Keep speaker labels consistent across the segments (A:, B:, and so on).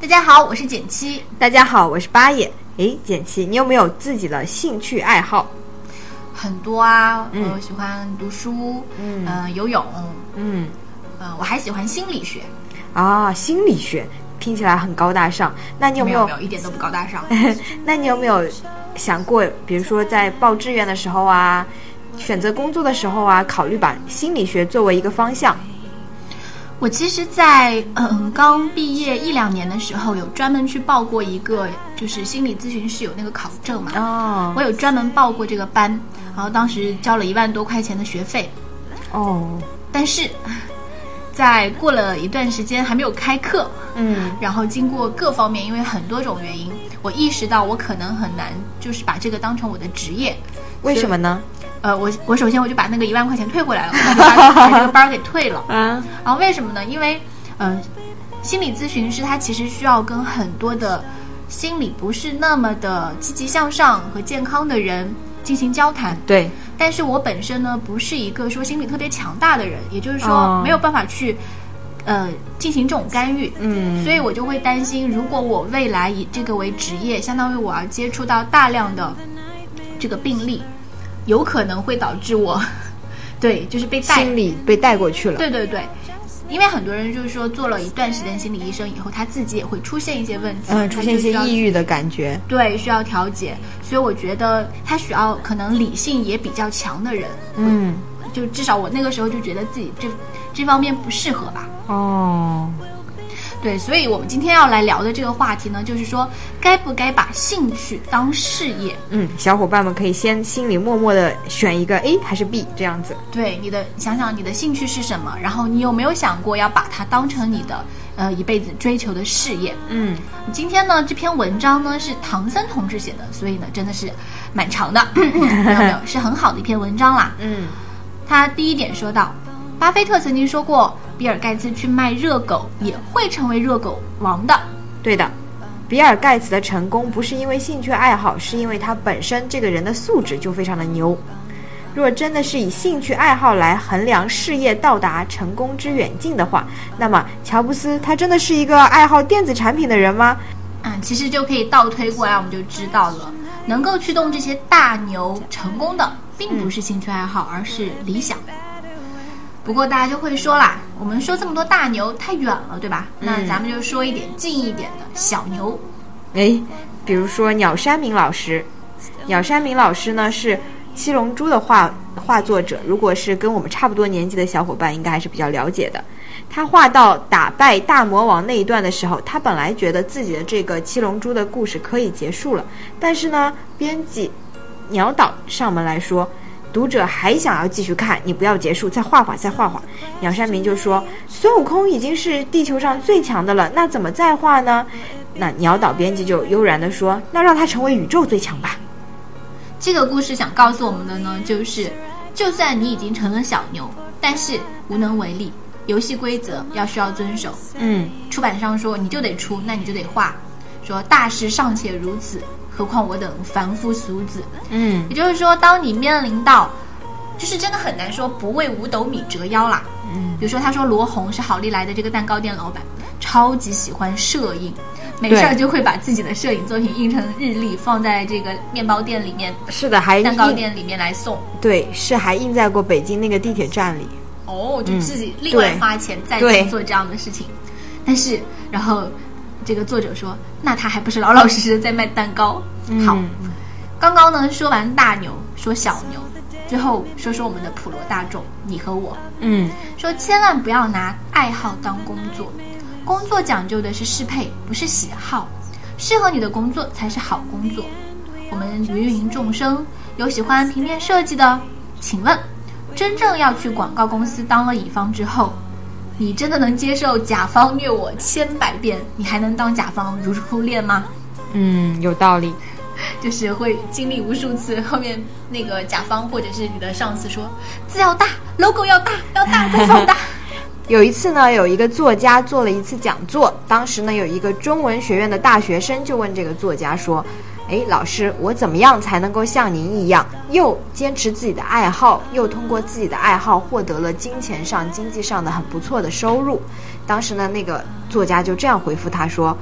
A: 大家好，我是简七。
B: 大家好，我是八爷。诶，简七，你有没有自己的兴趣爱好？
A: 很多啊，
B: 嗯
A: 我喜欢读书，
B: 嗯
A: 呃游泳，
B: 嗯，
A: 呃，我还喜欢心理学。
B: 啊，心理学听起来很高大上。那你有
A: 没
B: 没
A: 有
B: 有？
A: 没有，一点都不高大上。
B: 那你有没有想过，比如说在报志愿的时候啊，选择工作的时候啊，考虑把心理学作为一个方向？
A: 我其实在，嗯刚毕业一两年的时候，有专门去报过一个，就是心理咨询师有那个考证嘛，
B: 哦
A: 我有专门报过这个班，然后当时交了一万多块钱的学费，
B: 哦，
A: 但是在过了一段时间还没有开课，
B: 嗯
A: 然后经过各方面，因为很多种原因，我意识到我可能很难就是把这个当成我的职业。
B: 为什么呢？
A: 呃，我我首先我就把那个一万块钱退回来了，我就把把这个班儿给退了。
B: 啊，
A: 然后为什么呢？因为，嗯、心理咨询师他其实需要跟很多的心理不是那么的积极向上和健康的人进行交谈。
B: 对，
A: 但是我本身呢，不是一个说心理特别强大的人，也就是说
B: 哦
A: 没有办法去，呃，进行这种干预。
B: 嗯
A: 所以我就会担心，如果我未来以这个为职业，相当于我要接触到大量的这个病例，有可能会导致我， 对，就是被带
B: 心理被带过去了。
A: 对对对，因为很多人就是说做了一段时间心理医生以后，他自己也会出现一些问题，
B: 嗯，出现一些抑
A: 郁，
B: 郁的感觉。
A: 对，需要调节。所以我觉得他需要可能理性也比较强的人，
B: 嗯，
A: 就至少我那个时候就觉得自己这这方面不适合吧。
B: 哦，
A: 对，所以我们今天要来聊的这个话题呢，就是说该不该把兴趣当事业？
B: 嗯，小伙伴们可以先心里默默的选一个 A 还是 B 这样子。
A: 对你的想想你的兴趣是什么，然后你有没有想过要把它当成你的呃一辈子追求的事业？
B: 嗯，
A: 今天呢，这篇文章呢是唐僧同志写的，所以呢真的是蛮长的，没有没有，是很好的一篇文章啦。
B: 嗯，
A: 他第一点说到，巴菲特曾经说过，比尔盖茨去卖热狗也会成为热狗王的。
B: 对的。比尔盖茨的成功不是因为兴趣爱好，是因为他本身这个人的素质就非常的牛。若真的是以兴趣爱好来衡量事业到达成功之远近的话，那么乔布斯他真的是一个爱好电子产品的人吗？
A: 嗯，其实就可以倒推过来，我们就知道了，能够驱动这些大牛成功的，并不是兴趣爱好，而是理想。不过大家就会说啦，我们说这么多大牛太远了，对吧？那
B: 嗯
A: 咱们就说一点近一点的小牛。
B: 诶，比如说鸟山明老师，鸟山明老师呢是《七龙珠》的画画作者，如果是跟我们差不多年纪的小伙伴，应该还是比较了解的。他画到打败大魔王那一段的时候，他本来觉得自己的这个《七龙珠》的故事可以结束了，但是呢，编辑鸟岛上门来说，读者还想要继续看，你不要结束，再画画，再画画。鸟山明就说：“孙悟空已经是地球上最强的了，那怎么再画呢？”那鸟岛编辑就悠然地说：“那让他成为宇宙最强吧。
A: 这个故事想告诉我们的呢，就是就算你已经成了小牛，但是无能为力，游戏规则要需要遵守。”
B: 嗯，
A: 出版商说你就得出，那你就得画。说大师尚且如此，何况我等凡夫俗子？
B: 嗯，
A: 也就是说，当你面临到，就是真的很难说不为五斗米折腰啦。嗯，比如说他说罗红是好利来的这个蛋糕店老板，超级喜欢摄影，没事儿
B: 对
A: 就会把自己的摄影作品印成日历，放在这个面包店里面、
B: 是的，还
A: 蛋糕
B: 印
A: 店里面来送。
B: 对，是还印在过北京那个地铁站里。
A: 哦，就自己另外
B: 对
A: 花钱再去
B: 对
A: 做这样的事情。但是，然后这个作者说，那他还不是老老实实的在卖蛋糕？
B: 嗯
A: 好，刚刚呢说完大牛，说小牛，最后说说我们的普罗大众，你和我，
B: 嗯，
A: 说千万不要拿爱好当工作，工作讲究的是适配，不是喜好，适合你的工作才是好工作。我们芸芸众生，有喜欢平面设计的，请问，真正要去广告公司当了乙方之后，你真的能接受甲方虐我千百遍，你还能当甲方如初恋吗？
B: 嗯，有道理。
A: 就是会经历无数次，后面那个甲方或者是你的上司说字要大，logo 要大，要大再放大。
B: 有一次呢，有一个作家做了一次讲座，当时呢有一个中文学院的大学生就问这个作家说：“哎，老师，我怎么样才能够像您一样，又坚持自己的爱好，又通过自己的爱好获得了金钱上、经济上的很不错的收入？”当时呢，那个作家就这样回复他说：“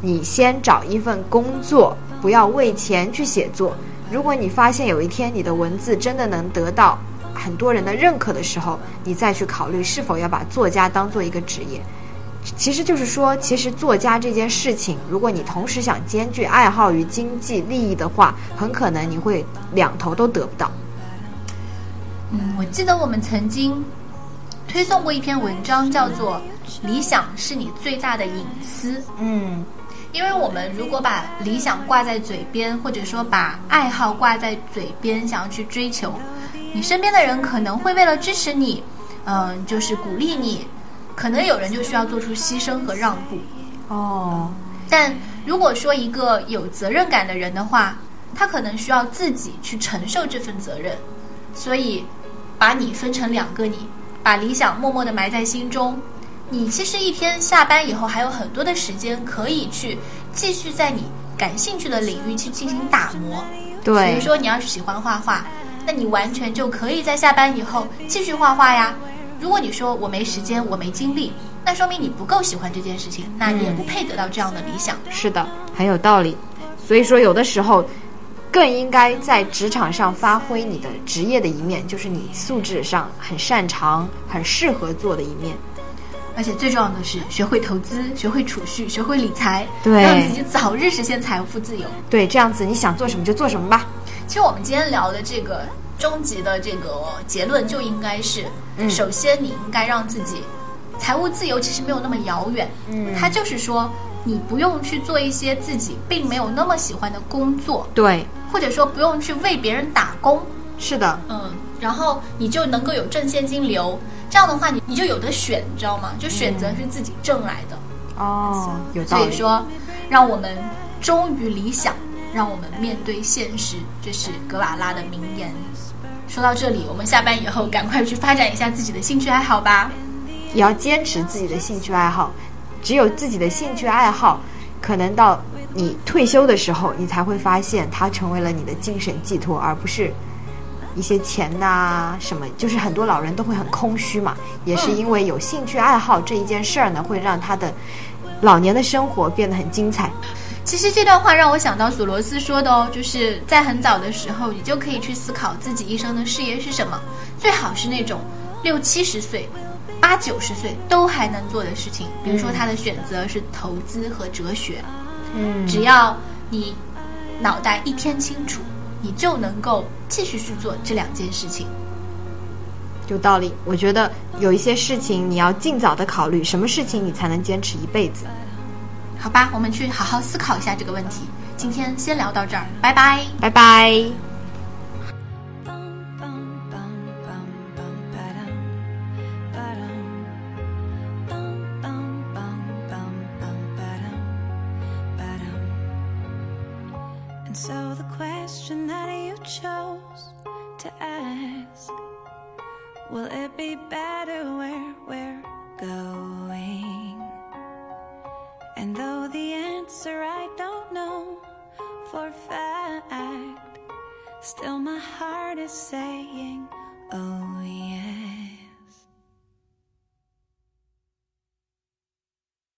B: 你先找一份工作，不要为钱去写作。如果你发现有一天你的文字真的能得到。”很多人的认可的时候，你再去考虑是否要把作家当做一个职业。其实就是说，其实作家这件事情，如果你同时想兼具爱好与经济利益的话，很可能你会两头都得不到。
A: 嗯，我记得我们曾经推送过一篇文章，叫做《理想是你最大的隐私》。
B: 嗯，
A: 因为我们如果把理想挂在嘴边，或者说把爱好挂在嘴边，想要去追求。你身边的人可能会为了支持你，嗯、呃，就是鼓励你，可能有人就需要做出牺牲和让步。
B: 哦，
A: 但如果说一个有责任感的人的话，他可能需要自己去承受这份责任。所以，把你分成两个你，把理想默默地埋在心中。你其实一天下班以后还有很多的时间可以去继续在你感兴趣的领域去进行打磨。
B: 对，
A: 比如说你要是喜欢画画。那你完全就可以在下班以后继续画画呀。如果你说我没时间，我没精力，那说明你不够喜欢这件事情，那你也不配得到这样的理想。
B: 是的，很有道理。所以说，有的时候更应该在职场上发挥你的职业的一面，就是你素质上很擅长、很适合做的一面。
A: 而且最重要的是，学会投资，学会储蓄，学会理财，
B: 对
A: 让自己早日实现财务自由。
B: 对，这样子你想做什么就做什么吧。
A: 其实我们今天聊的这个终极的这个结论就应该是，首先你应该让自己财务自由，其实没有那么遥远。
B: 嗯
A: 它就是说，你不用去做一些自己并没有那么喜欢的工作，
B: 对，
A: 或者说不用去为别人打工，
B: 是的，
A: 嗯，然后你就能够有正现金流。这样的话，你你就有的选，你知道吗？就选择是自己挣来的。
B: 哦，有道
A: 所
B: 理。
A: 以说，让我们忠于理想，让我们面对现实，这是格瓦拉的名言。说到这里，我们下班以后赶快去发展一下自己的兴趣爱好吧。
B: 也要坚持自己的兴趣爱好。只有自己的兴趣爱好，可能到你退休的时候，你才会发现它成为了你的精神寄托，而不是一些钱呐、什么。就是很多老人都会很空虚嘛，也是因为有兴趣爱好这一件事儿呢，会让他的老年的生活变得很精彩。
A: 其实这段话让我想到索罗斯说的哦，就是在很早的时候，你就可以去思考自己一生的事业是什么，最好是那种六七十岁、八九十岁都还能做的事情。比如说，他的选择是投资和哲学。
B: 嗯，
A: 只要你脑袋一天清楚，你就能够继续去做这两件事情。
B: 有道理。我觉得有一些事情你要尽早的考虑，什么事情你才能坚持一辈子。
A: 好吧，我们去好好思考一下这个问题。今天先聊到这儿，拜拜。
B: 拜拜。
C: Bum, bum, bum, bum, bum, ba-dum, ba-dum. Bum, bum, bum, bum, bum, ba-dum, ba-dum. And so the question that you chose to ask Will it be better where we're going? And though the answer I don't know for fact Still, my heart is saying, Oh, yes.